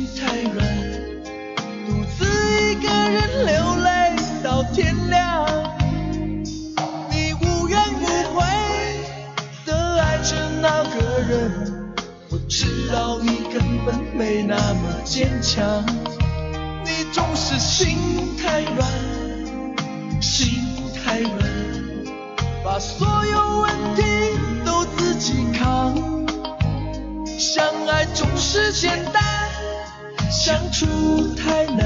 人，独自一个人流泪到天亮。你无怨无悔的爱着那个人，我知道你根本没那么坚强。你总是心太软，心太软，把所有问题都自己扛。相爱总是简单，相处太难。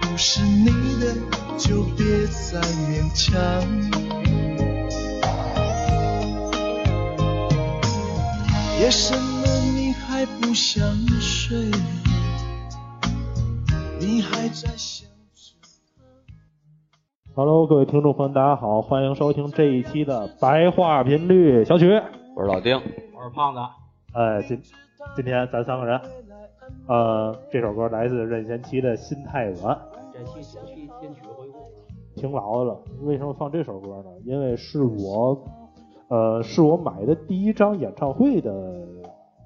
不是你的就别再勉强。夜深了，你还不想睡？你还在想着？ Hello，各位听众朋友们，大家好，欢迎收听这一期的白话频率小曲。我是老丁，我是胖子，哎，今今天咱三个人，呃，这首歌来自任贤齐的《心太软》，这期这期金曲回顾，挺老的了。为什么放这首歌呢？因为是我，呃，是我买的第一张演唱会的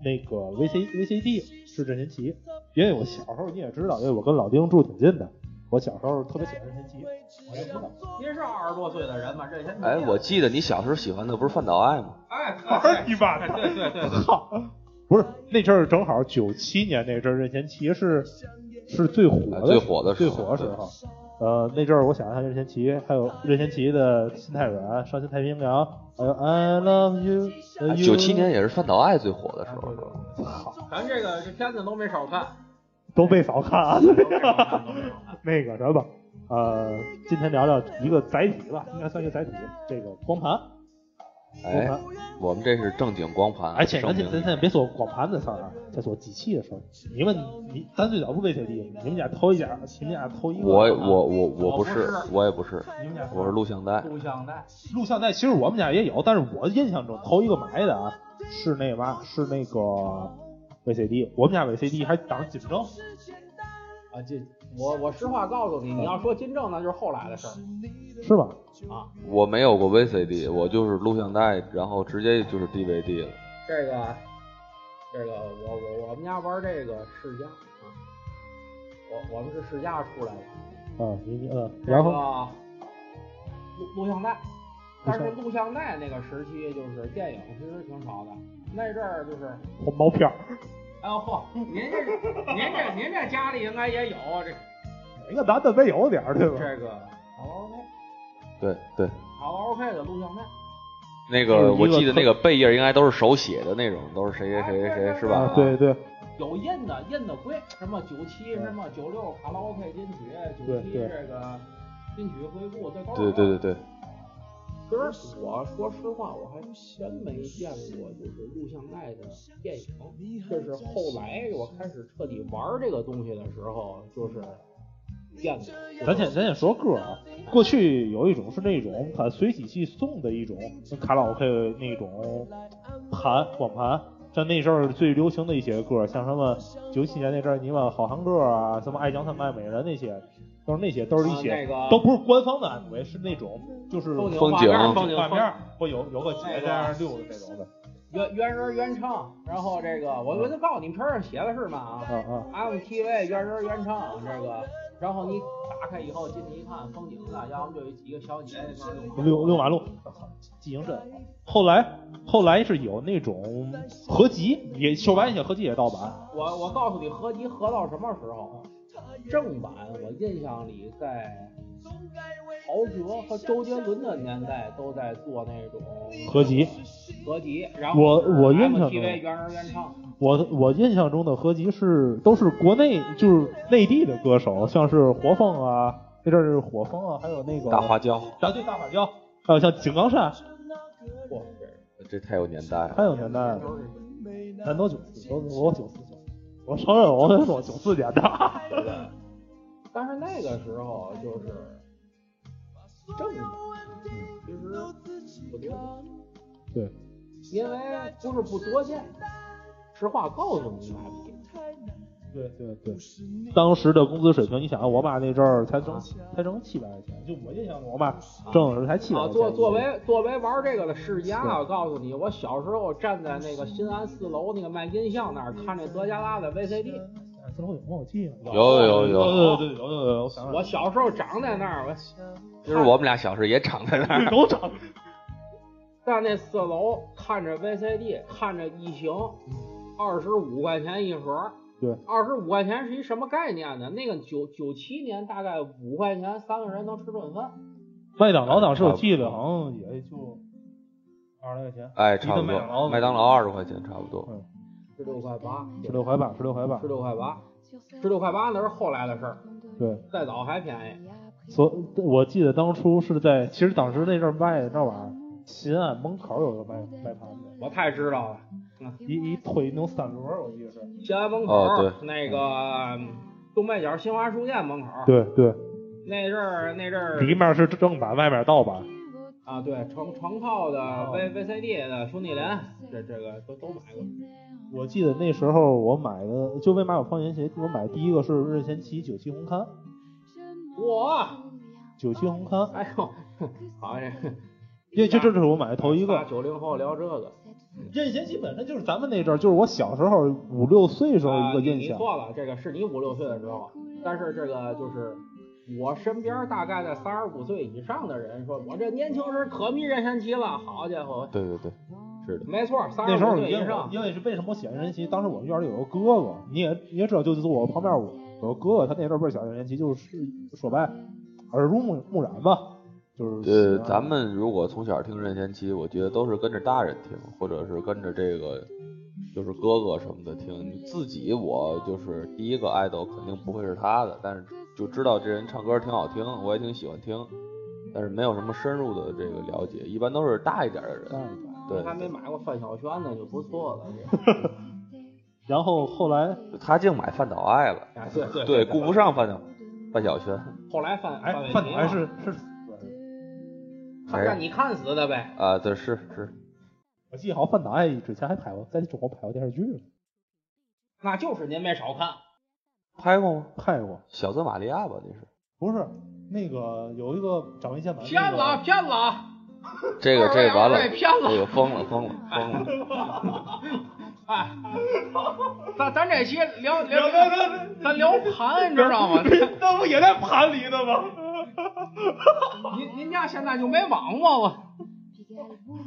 那个 VC VCD 是任贤齐，因为我小时候你也知道，因为我跟老丁住挺近的，我小时候特别喜欢任贤齐，我就知道。您是二十多岁的人吗？任贤齐。哎，我记得你小时候喜欢的不是范岛爱吗？哎，二对你妈哎对对对对，靠！ 不是那阵儿正好九七年那阵儿，任贤齐是是最火的、啊最火的时最候火的时候。呃，那阵儿我想一下，任贤齐还有任贤齐的《心太软》《伤心太平洋》，还有《I Love You》呃。You 哎九七年也是范岛爱最火的时候，是吧咱这个这片子都没少看，都被少看啊。都没少看，都没少看。 那个什么，呃，今天聊聊一个载体吧，应该算一个载体，这个光盘。光哎盘，，我们这是正经光盘，而且咱咱证咱明先别说光盘的事儿啊，再说机器的事儿。你们你咱最早不 VCD，你们家头一家，你们家头一个。啊我我我我我不是不是，我也不是，你们家我是录像带，录像带，录像带，其实我们家也有，但是我印象中头一个买的啊是那嘛是那个 VCD，我们家 VCD 还当金正，啊，这我我实话告诉你，你要说金正，那就是后来的事儿是吧？啊。我没有过 VCD，我就是录像带，然后直接就是 DVD 了。这个这个，我我我们家玩这个世嘉啊，我我们是世嘉出来的，啊，你你嗯，这个然后录录像带，但是录像录像带那个时期就是电影其实挺少的，那阵儿就是，红毛片儿，哎呦嚯，您这您这您这家里应该也有这哪个男的没有点儿对吧？这个好好配对对，好好配的录像带，那有个一个我记得特那个背页应该都是手写的那种，都是谁谁谁谁谁是吧啊？，对对有印的印的贵，什么九七什么九六卡拉 OK 金曲，九对七对这个金曲回顾，这都是对对对对，其实我说实话，我还真没见过就是录像带的电影，这是后来我开始彻底玩这个东西的时候，就是见过。咱先咱先说歌啊，过去有一种是那种它随机去送的一种卡拉 OK 那种盘光盘，像那阵儿最流行的一些歌，像什么九七年那阵儿你们好汉歌啊，什么爱江山爱美人那些，都是那些都是一些、啊那个都不是官方的 MV，是那种就是风风画景面，风风景景画画面面，会有有个姐在那儿溜达那种的，原原人原唱，然后这个我我就告诉你，片儿上写的是嘛啊啊啊， ，MTV 原人原唱这个，然后你打开以后进去一看，风景的，要么就有几个小姐在那儿溜溜马路，记性真好。啊后来后来是有那种合集，也说白了一些合集也盗版。我我告诉你，合集合到什么时候？正版，我印象里在陶喆和周杰伦的年代都在做那种合集，合集，然后我我印象中 MTV 原人原唱，我我印象中的合集是都是国内就是内地的歌手，像是火凤啊，那阵儿是火凤啊，还有那个大花椒，啊对大花椒，还有像井冈山，嚯，这太有年代了。还有年代了，都是咱都九四，都我九四年，我承认我是我九四年的，但是那个时候就是正版，其实不多，对，因为不是不多见，实话告诉你，买不起。对对对，当时的工资水平，你想我爸那阵儿才挣才挣七百块钱，就我印象中我爸挣的时候才七百啊，块钱。作作为作为玩这个的世家对啊，我告诉你，我小时候站在那个新安四楼那个卖音像那儿看那德加拉的 VCD， 《三楼有木有记》呢？有有有有对对有有有，我想想我小时候长在那儿，我嗯就是我们俩小时候也长在那儿。都长在那四楼看着 VCD，看着异形，二十五块钱一盒。对，二十五块钱是一什么概念呢？那个九九七年大概五块钱三个人能吃顿饭。麦当劳当时我记得好像也就二十来块钱，哎，差不一顿麦当劳多，麦当劳二十块钱差不多。十六块八，十六块八，十六块八十，六块八，十六块八那是后来的事儿，对。再早还便宜。所我记得当初是在，其实当时那阵儿卖那玩意儿，秦安门口有个卖卖盘的，我太知道了，一一推那种三轮儿，我记得是。西安门口、哦那个嗯东北角新华书店门口，对对，那阵儿那阵儿里面是正版，外面盗版。啊，对成成套的 V V C D 的兄弟连，这这个都都买过。我记得那时候我买的，就为嘛有方言鞋，我买的第一个是任贤齐九七红勘，我九七啊红勘，哎呦，好像是这这这是我买的头一个。九零后聊这个，任贤齐本身就是咱们那阵儿，就是我小时候五六岁时候啊一个你印你象。错了，这个是你五六岁的时候，但是这个就是。我身边大概在三十五岁以上的人说，我这年轻时可迷任贤齐了，好家伙，对对对，是嗯的。没错，三那十时候五你岁因以为上，因为是为什么我喜欢任贤齐？当时我们院里有个哥哥，你也你也知道，就是我旁边我有个哥哥，他那阵儿倍儿喜欢任贤齐，就是说白了耳濡目目染吧，就是呃喜，欢咱们如果从小听任贤齐，我觉得都是跟着大人听，或者是跟着这个就是哥哥什么的听。你自己我就是第一个爱豆肯定不会是他的，但是就知道这人唱歌挺好听，我也挺喜欢听，但是没有什么深入的这个了解，一般都是大一点的人。哎对，还没买过范晓萱呢，就不错了。 然后后来他竟买范岛爱了，啊，对对对，顾不。上 范岛范晓萱。后来范啊哎玮，范琪总嘛还是是，他让你看死的呗。哎啊，对，是是，我记得好像范达爱之前还拍过，在中国拍过电视剧呢，那就是您没少看。拍过吗？拍过，小泽玛利亚吧，那是。不是那个有一个长一肩膀骗那了，个，骗啊了！这个这个哎完了，二位骗了这个疯了疯了疯了。哎， 咱咱这期聊 聊聊，咱聊盘，你知道吗？ 那不也在盘里呢 吗？您您家现在就没网吗？我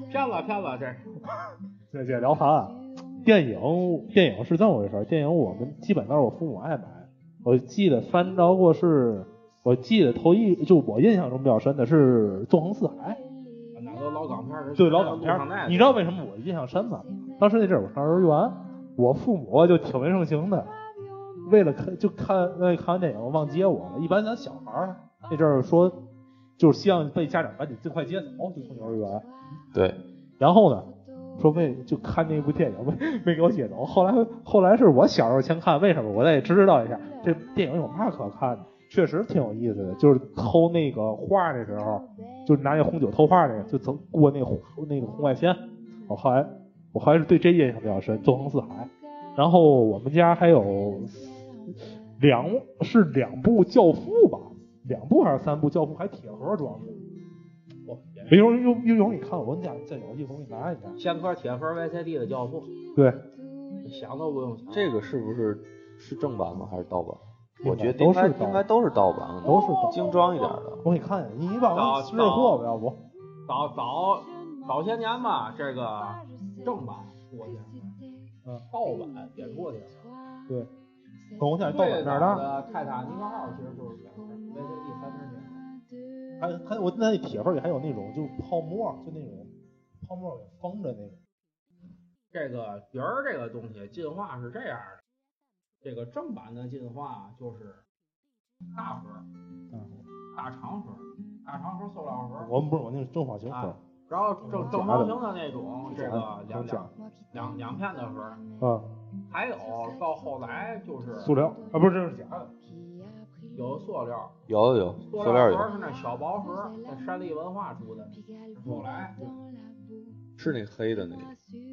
骗了骗了，这这这聊盘啊，电影电影是这么回事儿，电影我们基本都是我父母爱买。我记得翻着过是，我记得头一就我印象中比较深的是《纵横四海哪都老港片儿》，对啊老港片路上儿。带你知道为什么我印象深吗？当时那阵儿我上幼儿园，我父母就挺为盛情的，为了看就看呃看完电影忘接我了。一般咱小孩儿那阵儿说，就是希望被家长赶紧尽快接走，就从幼儿园。对，然后呢，说为就看那部电影没没给我解走。后来后来是我小时候先看，为什么我再知道一下这电影有嘛可看的？确实挺有意思的，就是偷那个画的时候，就拿那红酒偷画那个，就走哦过那红那个红外线。我后来我后来是对这印象比较深，《纵横四海》。然后我们家还有两是两部《教父》吧，两部还是三部《教父》，还铁盒装的。我没有有有有，你看我们家再有一会儿我给你拿一下。先磕铁分 VCD 的教父，对，想都不用想。这个是不是是正版吗？还是盗版？应该我觉得都是应该盗版应该都是盗版的，都是盗版精装一点的。我给你看一下，你你把我吃着货吧，要不？早早早些年吧，这个正版过去，嗯，盗版也过去。对，跟我讲哎盗版这儿的，的泰坦尼克号其实就是这样的，VCD 三十年。还还我那铁盒里还有那种就是泡沫，就那种泡沫给封着那个。这个碟儿这个东西进化是这样的，这个正版的进化就是大盒、嗯，大长盒、大长盒塑料盒，我们不是我那是正方形盒啊，然后正正方形的那种，这个两能两讲两两片的盒，啊，还有到后来就是塑料啊，不是这是假的，有塑料，有有有，塑塑料料有盒，是那小薄盒，在山地文化出的，后来是那黑的那个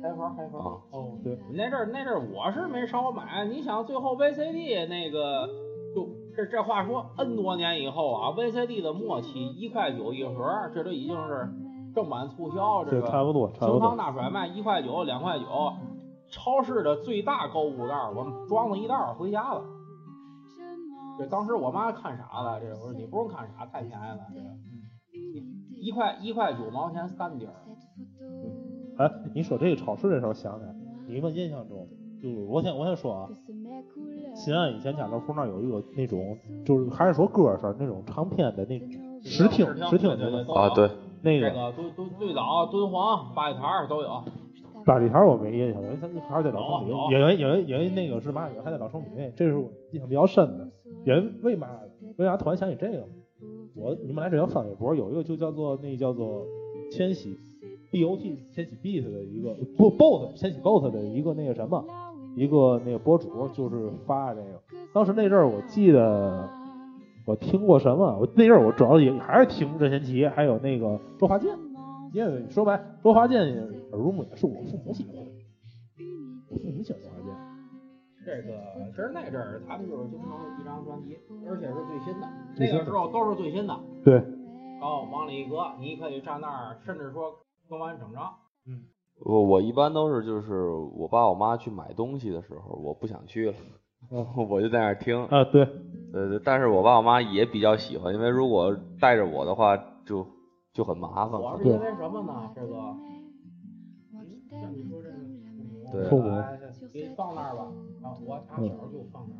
开盒开盒。啊。哦对，那阵儿那阵儿我是没少买，你想最后 VCD 那个，就这这话说 N 多年以后啊，VCD 的末期一块九一盒，这都已经是正版促销，这对，差不个多差不平多仓。大甩卖一块九两块九，超市的最大购物袋儿我装了一袋儿回家了，对，当时我妈看啥了？这个我说你不用看啥，太便宜了，这个一块一块九毛钱三碟儿。哎，你说这个超市这时候想起来，你们印象中，就是我先我先说啊，西安以前家乐福那儿有一个那种，就是还是说歌儿事儿那种唱片的那实听实听对的对对啊，对，那个这个都都最早敦煌、八里台儿都有，八里台我没印象，因为他还是在老城有里，有因为因为因为那个是嘛，还在老城里，这是我印象比较深的。因为为嘛为啥突然想起这个？我你们来这条商业博有一个就叫做那叫做千禧 BOT 千禧 beat 的一个不 bot 千禧 bot 的一个那个什么一个那个博主，就是发这个。当时那阵儿我记得我听过什么，我那阵儿我主要也还是听任贤齐，还有那个周华健。因为说白，周华健耳濡目染是我父母喜欢的，我父母喜欢周华健。这个其实那阵儿他们就是经常一张专辑，而且是最新的，最那新的个时候都是最新的。对，然后往里一搁，你可以站那儿，甚至说跟完整张。我我一般都是就是我爸我妈去买东西的时候，我不想 去了，我就在那儿听。啊，对，呃，对但是我爸我妈也比较喜欢，因为如果带着我的话，就就很麻烦。我了。是因为什么呢？这个，像你说这个 对父母哎给你放那儿吧。然后我打小嗯就放那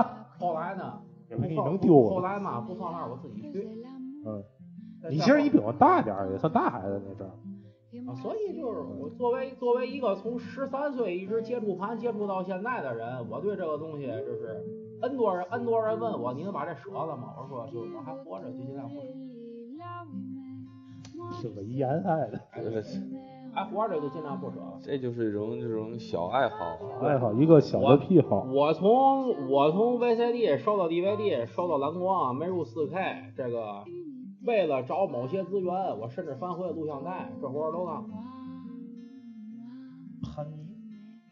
儿。后来呢？你不放能丢后我？来嘛，不放那儿，我自己去。嗯，再你再其实后你比我大点儿，也算大孩子那阵儿。啊，所以就是我作为作为一个从十三岁一直接触盘接触到现在的人，我对这个东西就是 N 多人 N 多人问我，你能把这折了吗？我说就我还活着，就尽量活着，挺个遗言爱的，呃还哎活着就尽量不折。这就是一种这种小爱好啊。爱好一个小的癖好。我从我从 VCD 收到 DVD，收到蓝光，没入 4K，这个为了找某些资源，我甚至翻回了录像带，这活儿都干过。叛逆，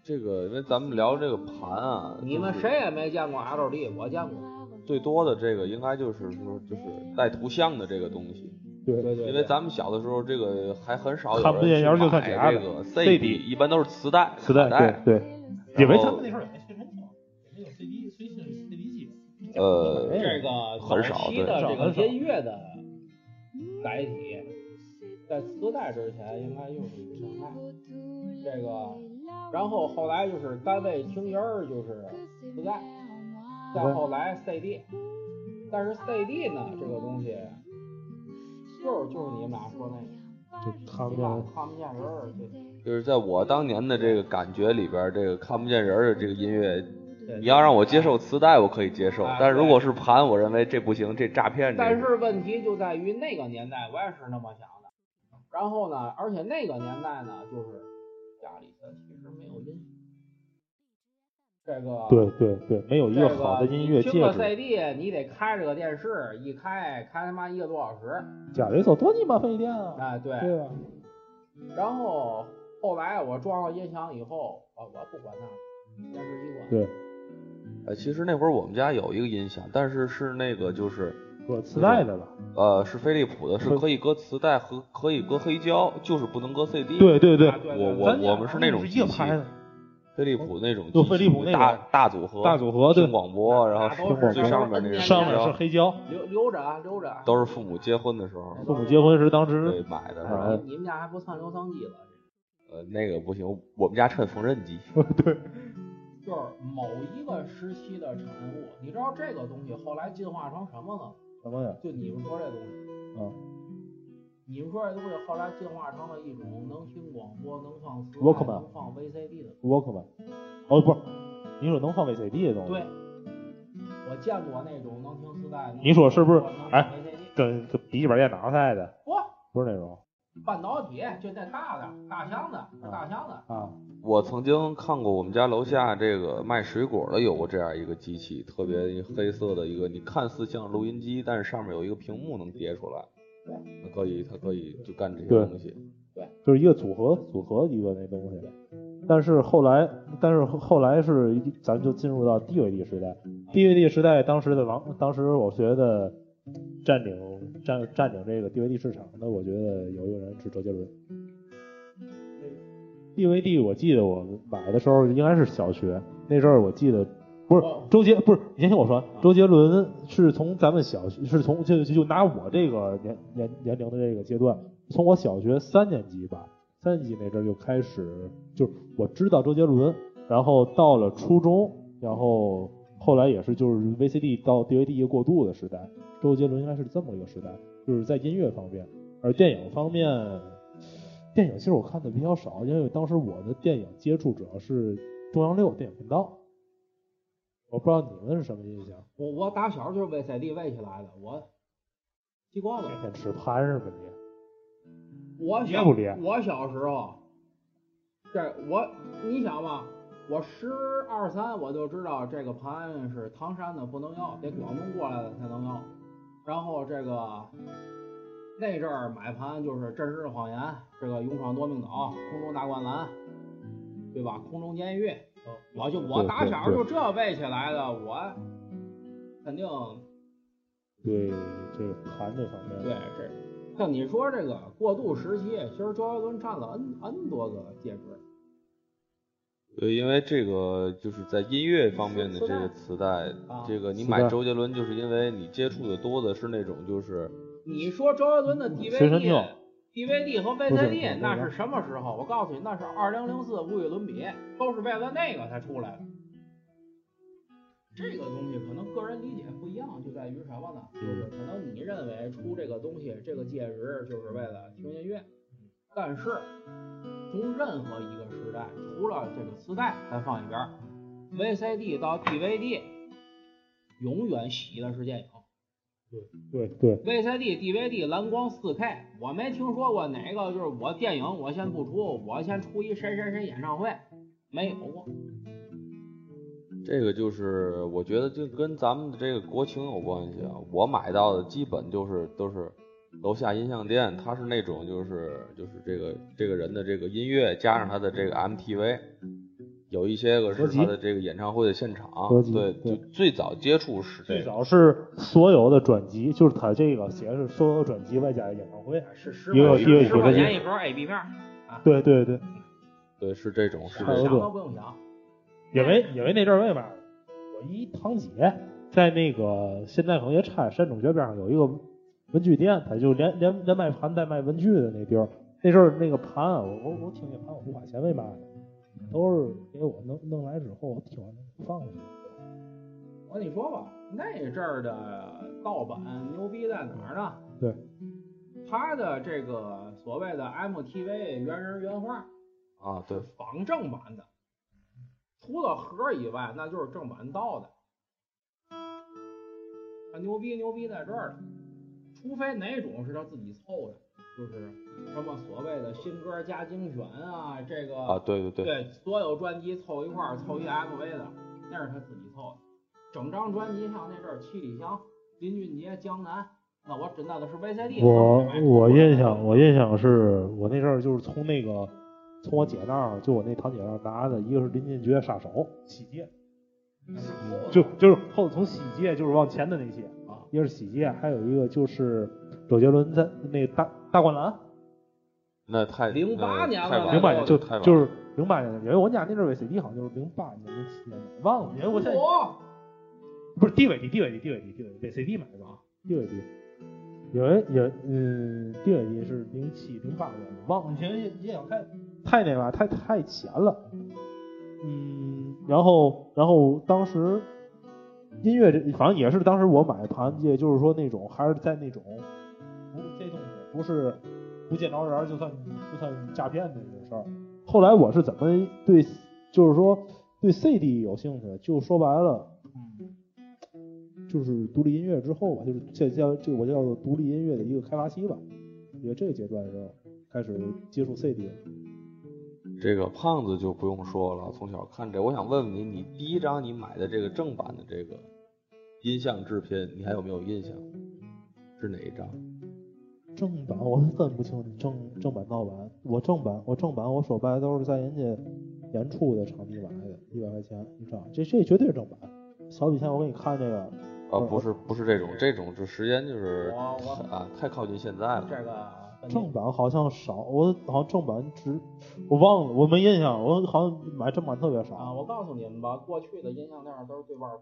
这个，因为咱们聊这个盘啊，你们就是谁也没见过 LD，我见过。最多的这个应该就是说就是带图像的这个东西，对对，对对，因为咱们小的时候这个还很少有看不见人摇去就算买假的这个 CD CD，一般都是磁带、磁卡带，对对，然因为后他们那时候也没随身听，也没有 CD 随身 CD 机。呃这个很少早期的这个音乐的载体，在磁带之前应该就是录像带，这个，然后后来就是单位听音儿就是磁带，再后来 CD，但是 CD 呢这个东西，就是就是你们俩说那就看不嗯个，你俩见，看不见人儿，对就是在我当年的这个感觉里边儿，这个看不见人儿的这个音乐，对你要让我接受磁带，我可以接受哎，但是如果是盘，我认为这不行，这诈骗这但个。是问题就在于那个年代，我也是那么想的。然后呢，而且那个年代呢，就是家里的其实没有音响，这个对对对，没有一这个个好的音乐你介听个质。 CD，你得开着个电视，一开开他妈一个多小时，贾维索多鸡巴费电啊！哎对。对吧？然后后来我装了音响以后，我我不管那个，电视机管。对，呃，其实那会儿我们家有一个音响，但是是那个就是搁磁带的吧？呃是飞利浦的，是对可以搁磁带和可以搁黑胶，就是不能搁 CD。，对对对啊，对我对我我们是那种一机个器，拍的飞利浦那种就机器，飞利浦那种大大组合，大组合，对听，广播，然后大是都是最上面那种上面是胶黑胶。留留着啊，留着啊。都是父母结婚的时候父母结婚时，当时对买的，哎是吧？你们家还不算留声机了？呃，那个不行，我们家趁缝纫机。 就是某一个时期的产物。你知道这个东西后来进化成什么了吗？什么呀？就你们说这东西，嗯，你们说这东西后来进化成了一种能听广播、能放磁带、 Walkman 能放 VCD 的。 Walkman，哦不是，你说能放 VCD 的东西？对，我见过那种能听磁带。能你说是不是能放哎 VCD 跟跟笔记本电脑赛的，不，不是那种半导体就那大的大箱子，大箱子。啊，我曾经看过我们家楼下这个卖水果的有过这样一个机器，特别黑色的一个，你看似像录音机，但是上面有一个屏幕能叠出来，它可以它可以就干这些对东西。就是一个组合组合一个那东西。但是后来，但是后来是咱们就进入到 DVD 时代，DVD 时代当时的王，当时我觉得占领占占领这个 DVD 市场的，我觉得有一个人是周杰伦。DVD 我记得我买的时候应该是小学，那阵儿我记得不是周杰，不是你先听我说，周杰伦是从咱们小学，是从就就就拿我这个年年年龄的这个阶段，从我小学三年级吧，三年级那阵儿就开始，就是我知道周杰伦，然后到了初中，然后后来也是就是 VCD 到 DVD 一个过渡的时代，周杰伦应该是这么一个时代，就是在音乐方面，而电影方面，电影其实我看的比较少，因为当时我的电影接触主要是中央六电影频道。我不知道你们是什么印象？我我打小就是喂塞地喂起来的，我习惯天了。天吃潘是吧你？我也小不理我小时候，这我你想吧，我十二三我就知道这个盘是唐山的不能要，得广东过来的才能要。然后这个那阵儿买盘就是《真实的谎言》，这个《勇闯夺命岛》，《空中大灌篮》，对吧？《空中监狱》，我就我对打对小对就这喂起来的，我肯定对这个盘这方面，对，这像你说这个过渡时期，其实周杰伦占了 n n 多个介质。对，因为这个就是在音乐方面的这个磁带啊，这个你磁买带周杰伦，就是因为你接触的多的是那种就是你说周杰伦的嗯随身听 DVD、DVD 和不是不 VCD 是那是什么时候？我告诉你，那是二零零四无与伦比，都是为了那个才出来的。这个东西可能个人理解不一样，就在于什么呢？嗯就是可能你认为出这个东西，这个介质就是为了听音乐，但是从任何一个时代，除了这个磁带，咱放一边儿，VCD 到 DVD，永远洗的是电影。对对 VCD、DVD、蓝光、4K，我没听说过哪个就是我电影我先不出，我先出一谁谁谁演唱会，没有过。这个就是我觉得就跟咱们的这个国情有关系啊。我买到的基本就是都是楼下音像店，它是那种就是就是这个这个人的这个音乐加上他的这个 MTV，有一些个合是集他的这个演唱会的现场合集，对，对就最早接触是这最个。早是所有的专辑，就是他这个写的是所有专辑外加演唱会。是十也有块也有十块也钱有一盒 A B 面，对对对，对，是这种，是差这不种。想多都不用想。也为也为那阵儿为嘛，我一堂姐在那个现在可能也拆山中学边上有一个文具店，他就连连连卖盘带卖文具的那地儿。那阵儿那个盘啊，我我我听见盘我不花钱为嘛的，都是给我弄弄来之后我听完就放回去。我跟你说吧，那阵儿的盗版牛逼在哪儿呢？对，它的这个所谓的 MTV 原人原画啊，对是，仿正版的，除了盒儿以外，那就是正版盗的。啊，牛逼牛逼在这儿了，除非哪种是他自己凑的，就是什么所谓的新歌加精选啊，这个啊，对对对，所有专辑凑一块儿凑一 MV 的，那是他自己凑的。整张专辑像那阵儿《七里香》《林俊杰》《江南》，那我真的是 VCD 我买的。我印象我印象是我那阵儿就是从那个从我姐那儿就我那堂姐那儿拿的，一个是林俊杰杀手喜界，那是后来就就是后从喜界就是往前的那些啊，一个是喜界，还有一个就是周杰伦在那个大大灌篮，那太08年了零八哎年呦就太晚了就是零八年的，因为我家那阵儿 VCD 好像就是零八年零七年的，忘了，因为我现在我不是 DVD DVD DVD DVD VCD 买的啊，DVD。有人有嗯，DVD 是零七零八年的，忘了，因为也想太太那吧，太太前了。嗯，然后然后当时音乐这反正也是当时我买盘，也就是说那种还是在那种不这东西不是不见着人就算就算诈骗的这个事儿。后来我是怎么对就是说对 CD 有兴趣，就说白了，嗯，就是独立音乐之后吧，就是这叫这我叫做独立音乐的一个开发期吧。我觉得这个阶段的时候开始接触 CD 了。嗯这个胖子就不用说了，从小看这，我想问问你，你第一张你买的这个正版的这个音像制品，你还有没有印象？是哪一张？正版我分不清正正版盗版，我正版我正版我手白都是在人家演出的场地买的，一百块钱一张，这这绝对是正版。小笔钱我给你看这个，啊，不是不是这种，这种这时间就是我我啊太靠近现在了。这个很正版好像少，我好像正版只我忘了，我没印象，我好像买正版特别啊，少。我告诉你们吧，过去的音像店都是对半儿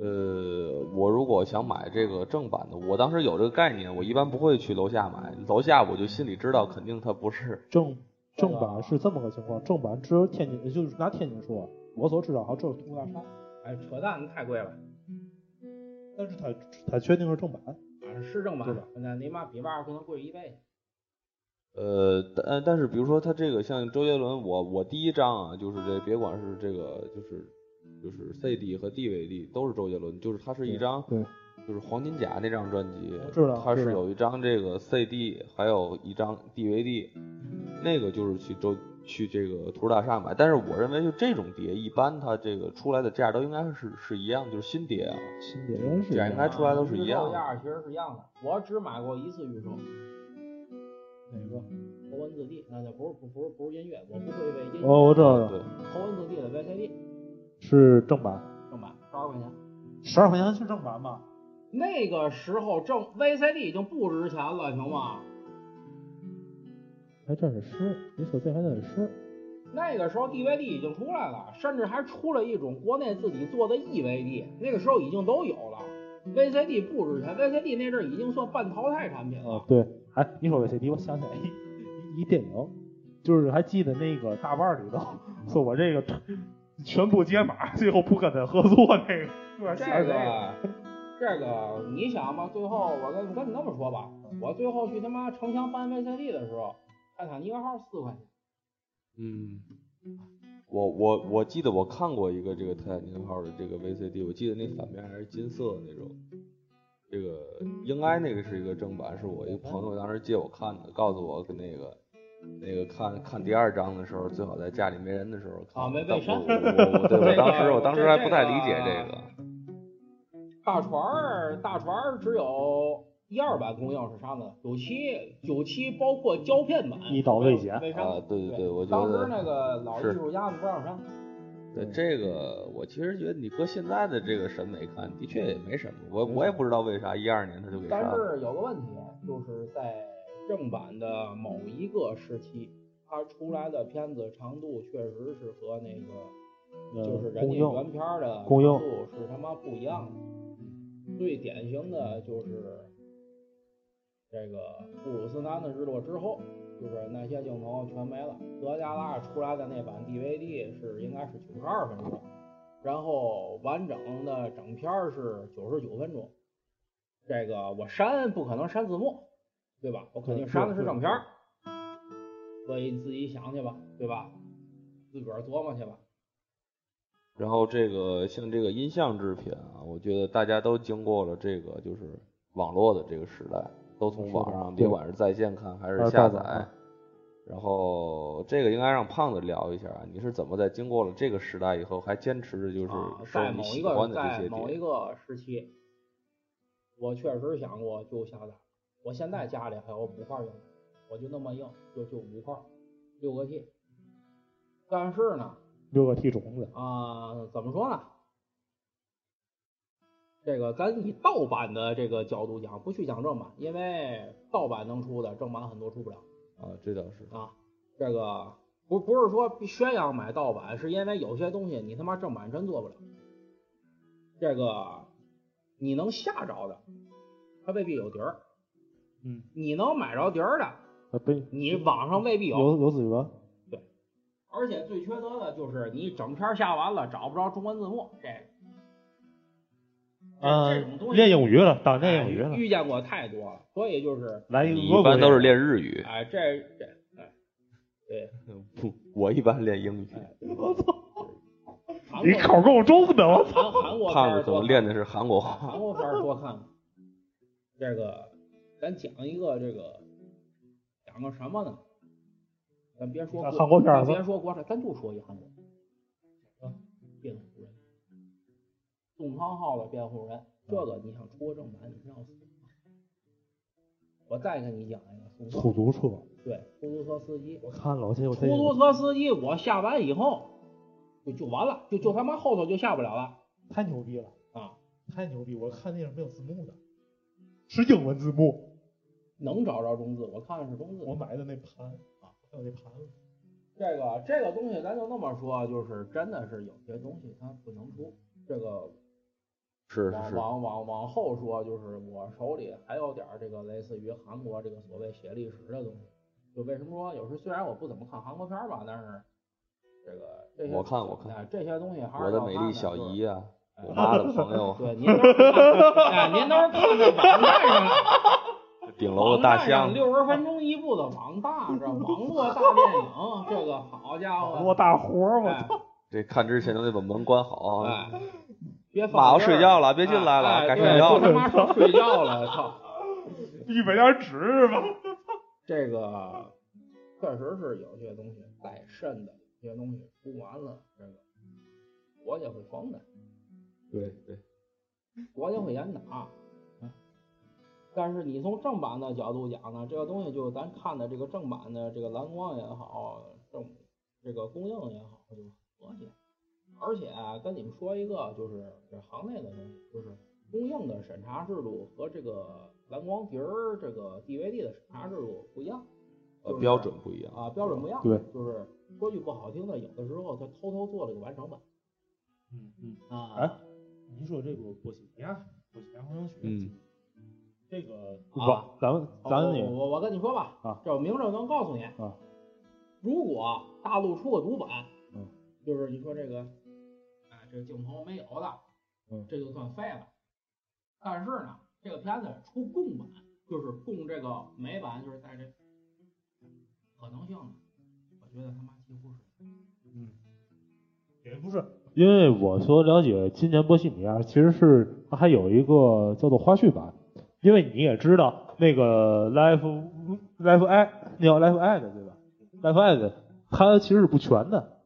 呃，我如果想买这个正版的，我当时有这个概念，我一般不会去楼下买，楼下我就心里知道肯定它不是。正正版是这么个情况，正版只有天津，就是拿天津说，我所知道好像只有通大山，哎，扯淡，太贵了，但是它它确定是正版。啊，是正对版吧，那你妈比外边可能贵一倍。呃，但但是比如说他这个像周杰伦，我我第一张啊，就是这别管是这个就是就是 CD 和 DVD 都是周杰伦，就是它是一张对，就是黄金甲那张专辑我，知道它知是道有一张这个 CD，还有一张 DVD，那个就是去周去这个图书大厦买。但是我认为就这种碟，一般它这个出来的价都应该是是一样，就是新碟啊。新别人是这样应该出来都是一样的啊预售价其实是一样的，我只买过一次预售，哪个？头文字 D，那那不是不不是不是音乐，我不会为音乐。哦，我知道了，对，头文字 D 的 VCD 是正版，正版十二块钱，十二块钱是正版吗？那个时候正 VCD 已经不值钱了，行吗？还真哎是是，你说这还真是。那个时候 DVD 已经出来了，甚至还出了一种国内自己做的 EVD，那个时候已经都有了。VCD 不值钱，VCD 那阵儿已经算半淘汰产品啊了，。对，哎，你说 VCD，我想起来一一电影，就是还记得那个大腕儿里 头，说我这个全部解码，最后不跟他合作那个，有点这像那个， 这个，你想吧，最后我跟跟你那么说吧，我最后去他妈城墙翻 VCD 的时候，泰坦尼克号四块钱，嗯，我我我记得我看过一个这个泰坦尼克号的这个 VCD，我记得那反面还是金色的那种。这个应该那个是一个正版，是我一个朋友当时借我看的，告诉我跟那个那个看看第二章的时候，最好在家里没人的时候看。啊没但被删我我 我对我当时我当时还不太理解这这个个。大船儿大船儿只有一二版供应是啥呢？九七九七包括胶片版，一刀未剪没删过啊对对对我觉当时得那个老艺是术家们不让删。对这个，我其实觉得你搁现在的这个审美看，的确也没什么。我我也不知道为啥一二年他就给删但了。是有个问题，就是在正版的某一个时期，它出来的片子长度确实是和那个呃就是人公家映原片儿的公长映度是他妈不一样的。最典型的就是这个布鲁斯南的日落之后，就是那些镜头全没了。德加拉出来的那版 DVD 是应该是九十二分钟，然后完整的整片儿是九十九分钟。这个我删不可能删字幕，对吧？我肯定删的是正片儿，所以自己想去吧，对吧？自个儿琢磨去吧。然后这个像这个音像制品啊，我觉得大家都经过了这个就是网络的这个时代，都从网是的上，对别管是在线看还还是是下盗版载。然后这个应该让胖子聊一下，啊你是怎么在经过了这个时代以后，还坚持着就是啊，收在你某一喜个欢的这在些某一碟？个时期，我确实想过就下载。我现在家里还有五块硬盘，我就那么硬，就就五块，六个 G。但是呢，六个 T 种子，啊、怎么说呢？这个咱以盗版的这个角度讲，不去讲正版，因为盗版能出的，正版很多出不了。啊，这倒是。啊，这个不不是说宣扬买盗版，是因为有些东西你他妈正版真做不了。这个你能下着的，它未必有底儿；嗯，你能买着底儿的，呃被你网上未必有。有有资源，而且最缺德的就是你整篇下完了找不着中文字幕，这这这种嗯，东西练英语了，当练英语哎了，遇见过太多了，所以就是来一个俄你一国般人都是练日语，哎，这这哎，对，不，我一般练英语。哎韩你国口够重的， 我操！韩韩国片胖儿子可能多看练的是韩国韩话。国片儿 多看看。这个，咱讲一个这个，讲个什么呢？咱别说啊韩国片儿咱别说国产，咱就说一韩国。啊，辩护人，宋康昊的辩护人，这个你想出个正版，你真要死。我再跟你讲一个宋出康，租车，对，出租车司机，我看了，我这我出这租车司机，我下完以后就就完了，就就他妈后头就下不了了太牛逼了，啊！太牛逼！我看那是没有字幕的，是英文字幕。能找着中字，我看的是中字。我买的那盘啊，还有那盘子，这个这个东西咱就那么说，就是真的是有些东西它不能出。这个是是往是，往往往后说，就是我手里还有点儿这个类似于韩国这个所谓写历史的东西。就为什么说有时虽然我不怎么看韩国片儿吧，但是这个这些我看我看哎这些东西还是我的要美看丽小就是姨啊，哎我 妈的朋友，对，您都是看哎，您都是看的网站上，顶楼网的站大上象，啊六十分钟一部的网大，这网络大电影，这个好家伙，网络大活儿嘛，哎这看之前都得把门关好啊。哎，别放妈，我这睡儿觉了，别进来哎了，该对睡觉都他了。妈说睡觉了，操！一百点纸是吧？这个确实是有些东西再深的，有些东西出完了，这个国家会封的，对对，国家会严打。嗯但是你从正版的角度讲呢，这个东西就咱看的这个正版的这个蓝光也好，正这个供应也好，就和谐。而且啊跟你们说一个，就是这行内的东西，就是供应的审查制度和这个蓝光碟儿这个 DVD 的审查制度不一样。呃就是标准不一样啊，标准不一样。对，就是说句不好听的，有的时候他偷偷做了个完整版嗯嗯，啊哎您说这个波西米亚，波西米亚狂想曲，嗯，这个啊网，咱们咱我也我我跟你说吧，啊这我明着能告诉你啊，如果大陆出个独版，嗯，就是你说这个，哎，这个镜头没有的，嗯这就算废了。但是呢，这个片子出共版，就是共这个美版，就是在这可能性呢，我觉得他妈几乎是也不是因为我所了解，今年波西米亚其实是它还有一个叫做花絮版，因为你也知道那个 Life Life I 那叫 Life I 的对吧？Life I 的它其实是不全的，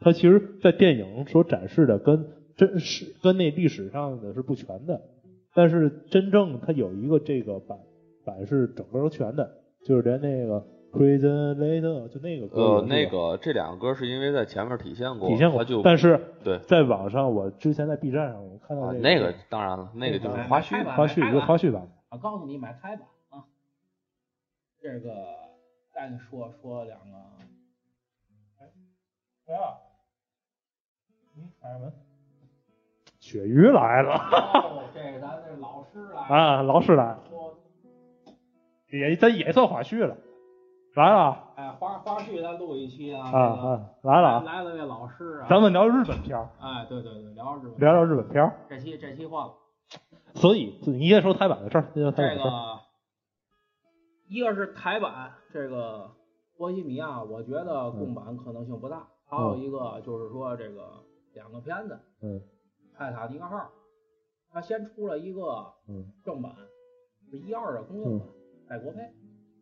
它其实在电影所展示的跟真实跟那历史上的是不全的，但是真正它有一个这个版版是整个都全的，就是连那个 Prison Later 就那个歌呃也，是那吧个这两个歌是因为在前面体现过，嗯体现过他就，但是对啊在网上我之前在 B 站上我看到啊这那个当然了，那个就是买花买絮吧嘛。花絮一个花絮版，我告诉你，买开版啊。这个，咱说说两个，哎呀，您嗯哎开门，鳕鱼来了哦、这咱这老师来了啊，老史来说，也咱也算花絮了，来了哎，花花絮咱录一期啊。啊这个啊来了啊，来了位老师啊。咱们聊日本片儿，哎，对对对，聊日本，聊聊日本片儿，这期这期换了所以你也说台版的事儿，先说台版这的事儿，个，一个是台版这个波西米亚，我觉得嗯共版可能性不大。还有一个就是说这个两个片子，嗯《泰坦尼克号》，它先出了一个嗯正版，是一二的公映版，带国配，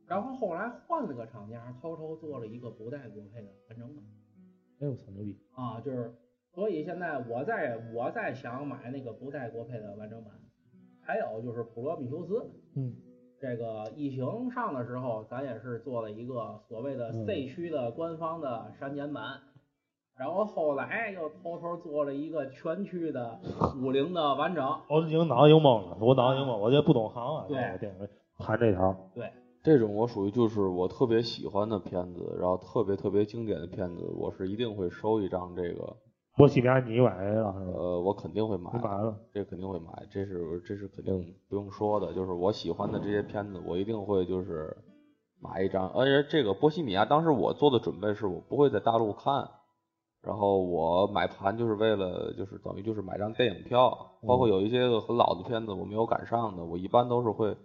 然后后来换了个厂家，偷偷做了一个不带国配的完整版哎呦我操牛逼，啊，就是所以现在我在我在想买那个不带国配的完整版，还有就是《普罗米修斯》，嗯，这个疫情上的时候，咱也是做了一个所谓的嗯 C 区的官方的删减版。然后后来又偷偷做了一个全区的五零的完整，我已经脑子已经懵了，啊我脑子已经懵了，我这不懂行啊，对我电影谈这条儿，这种我属于就是我特别喜欢的片子，然后特别特别经典的片子，我是一定会收一张这个，波西米亚你买了是吧？呃，我肯定会买你，买了，这肯定会买，这是这是肯定不用说的，就是我喜欢的这些片子，我一定会就是买一张。而且这个《波西米亚》，当时我做的准备是我不会在大陆看，然后我买盘就是为了就是等于就是买张电影票，包括有一些个很老的片子我没有赶上的，我一般都是会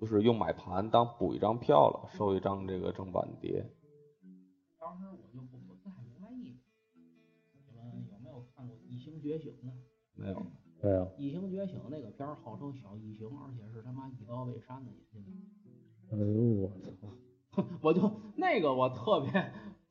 就是用买盘当补一张票了，收一张这个正版碟。当时我就不不太明白一点，你们有没有看过《异形觉醒》呢？没有，没有， 《异形觉醒》那个片儿号称小异形，而且是他妈一刀未删的引进的。哎呦我操，我就那个我特别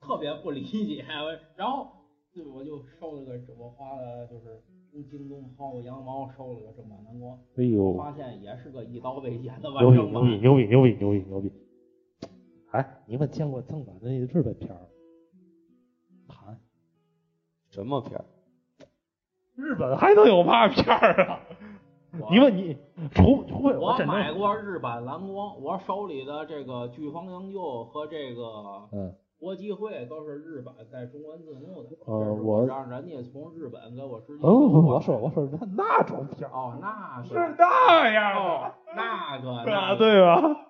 特别不理解，我然后对我就收了个，我花了就是从京东薅个羊毛收了个正版蓝光，哎呦。发现也是个一刀未剪的完牛逼整牛逼版。牛逼牛逼牛逼牛逼！哎，你们见过正版的那日本片儿？盘什么片儿？日本还能有嘛片儿啊？我你问你，除除非我真买的，过日版蓝光，我手里的这个剧方营救和这个嗯，搏击会都是日版带中文字幕的。呃这是我让人家从日本给我直接哦，我过来说我说那那种片儿哦，那是那哦，那个 那啊，个，对吧？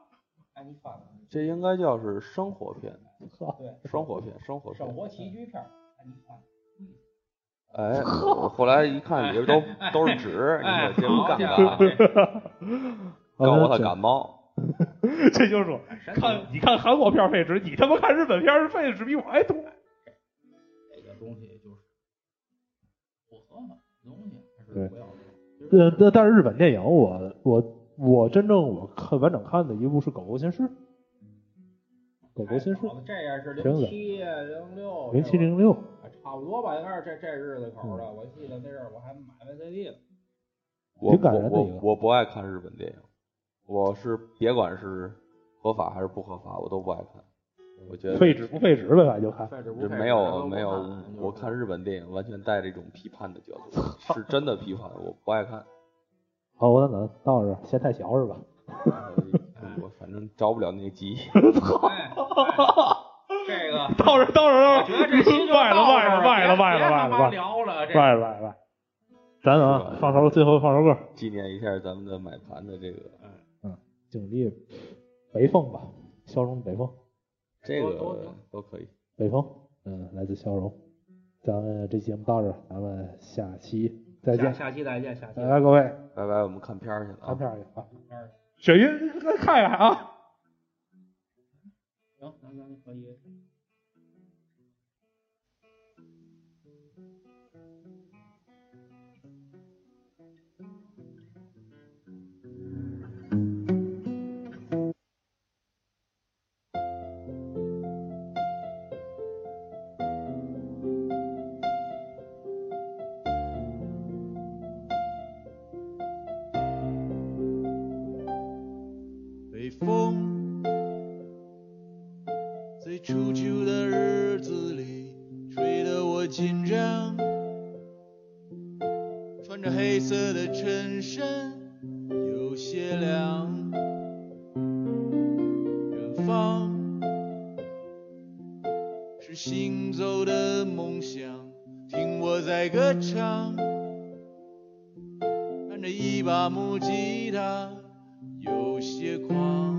哎，你翻翻这应该叫是生活片，对生活片，生活生片。活奇剧片儿，哎你翻。 哎，我后来一看里边都都是纸，哎你可劲干好家嘛伙？哦告我他感冒，这就是我哎神奇看你看韩国片儿费纸，你他妈看日本片儿费纸比我还多。这个东西就是不合法的东西，还对是不要哎弄。就是呃，但但是日本电影我我我真正我看完整看的一部是《狗狗先师》，《狗狗先师哎好》的这也是挺零冷七啊零六哎零七零六，嗯差不多吧，应该是这这日子口的。我记得那阵儿我还买 VCD 呢。我挺感我人的我一个我不爱看日本电影，我是别管是合法还是不合法，我都不爱看。我觉得废纸不废纸呗，反正就看。废纸不这废纸没都有不没有看，就是我看日本电影完全带着一种批判的角度，是真的批判，我不爱看。好，我等等到这儿，嫌太小是吧？。我反正着不了那个急。 哎哎这个 到这儿到这儿我觉得这 期就卖了到卖这儿了卖了卖别了卖别他了妈卖了聊了，这卖了卖了，咱啊放首最后放首歌，纪念一下咱们的买盘的这个哎警力北风吧，消融北风，这都都个行都可以。北风，嗯，来自消融。咱们这期节目到这儿，咱们下期再下见，下期再见，下期再拜见拜各位，拜拜，我们看片儿去了啊看。片儿去啊，雪云看一看啊。行，咱咱可以。北风在初秋的日子里吹得我紧张，穿着黑色的衬衫有些凉。远方是行走的梦想，听我在歌唱，弹着一把木吉他。有些狂，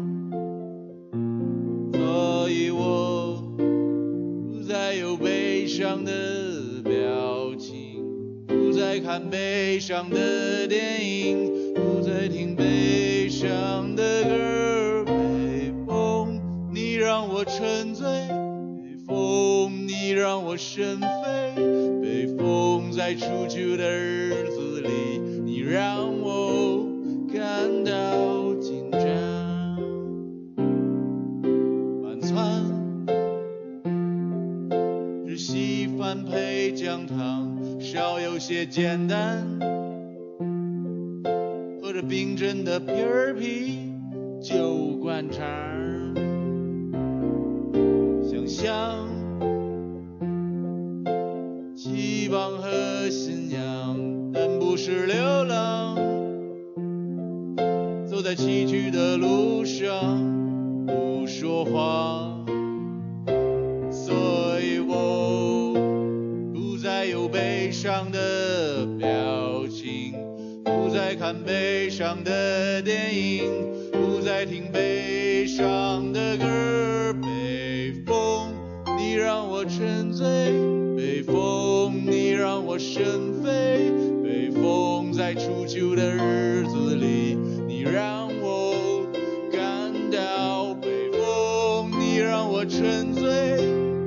所以我不再有悲伤的表情，不再看悲伤的电影，不再听悲伤的歌。北风，你让我沉醉；北风，你让我神飞；北风在初秋的日子里，你让我。感到紧张。晚餐是稀饭配姜汤，稍有些简单。喝着冰镇的皮儿啤酒灌肠儿，想象。希望和信仰，但不是流浪。走在崎岖的路上，不说话，所以我不再有悲伤的表情，不再看悲伤的电影，不再听悲伤的歌。北风，你让我沉醉；北风，你让我神飞；北风在初秋的日子里。你让我感到北风，你让我沉醉；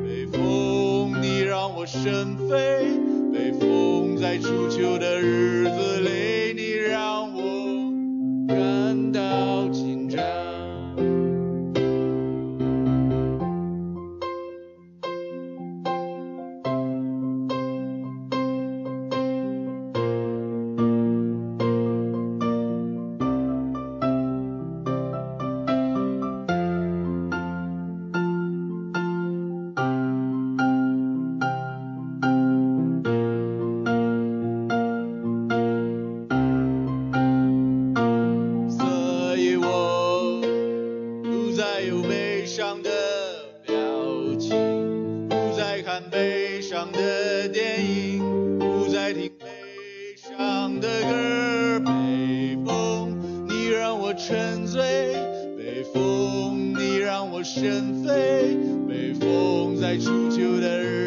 北风，你让我神飞；北风在初秋的日子里，你让我感到紧张。嗯沉醉，北风你让我深飞，北风在初秋的日。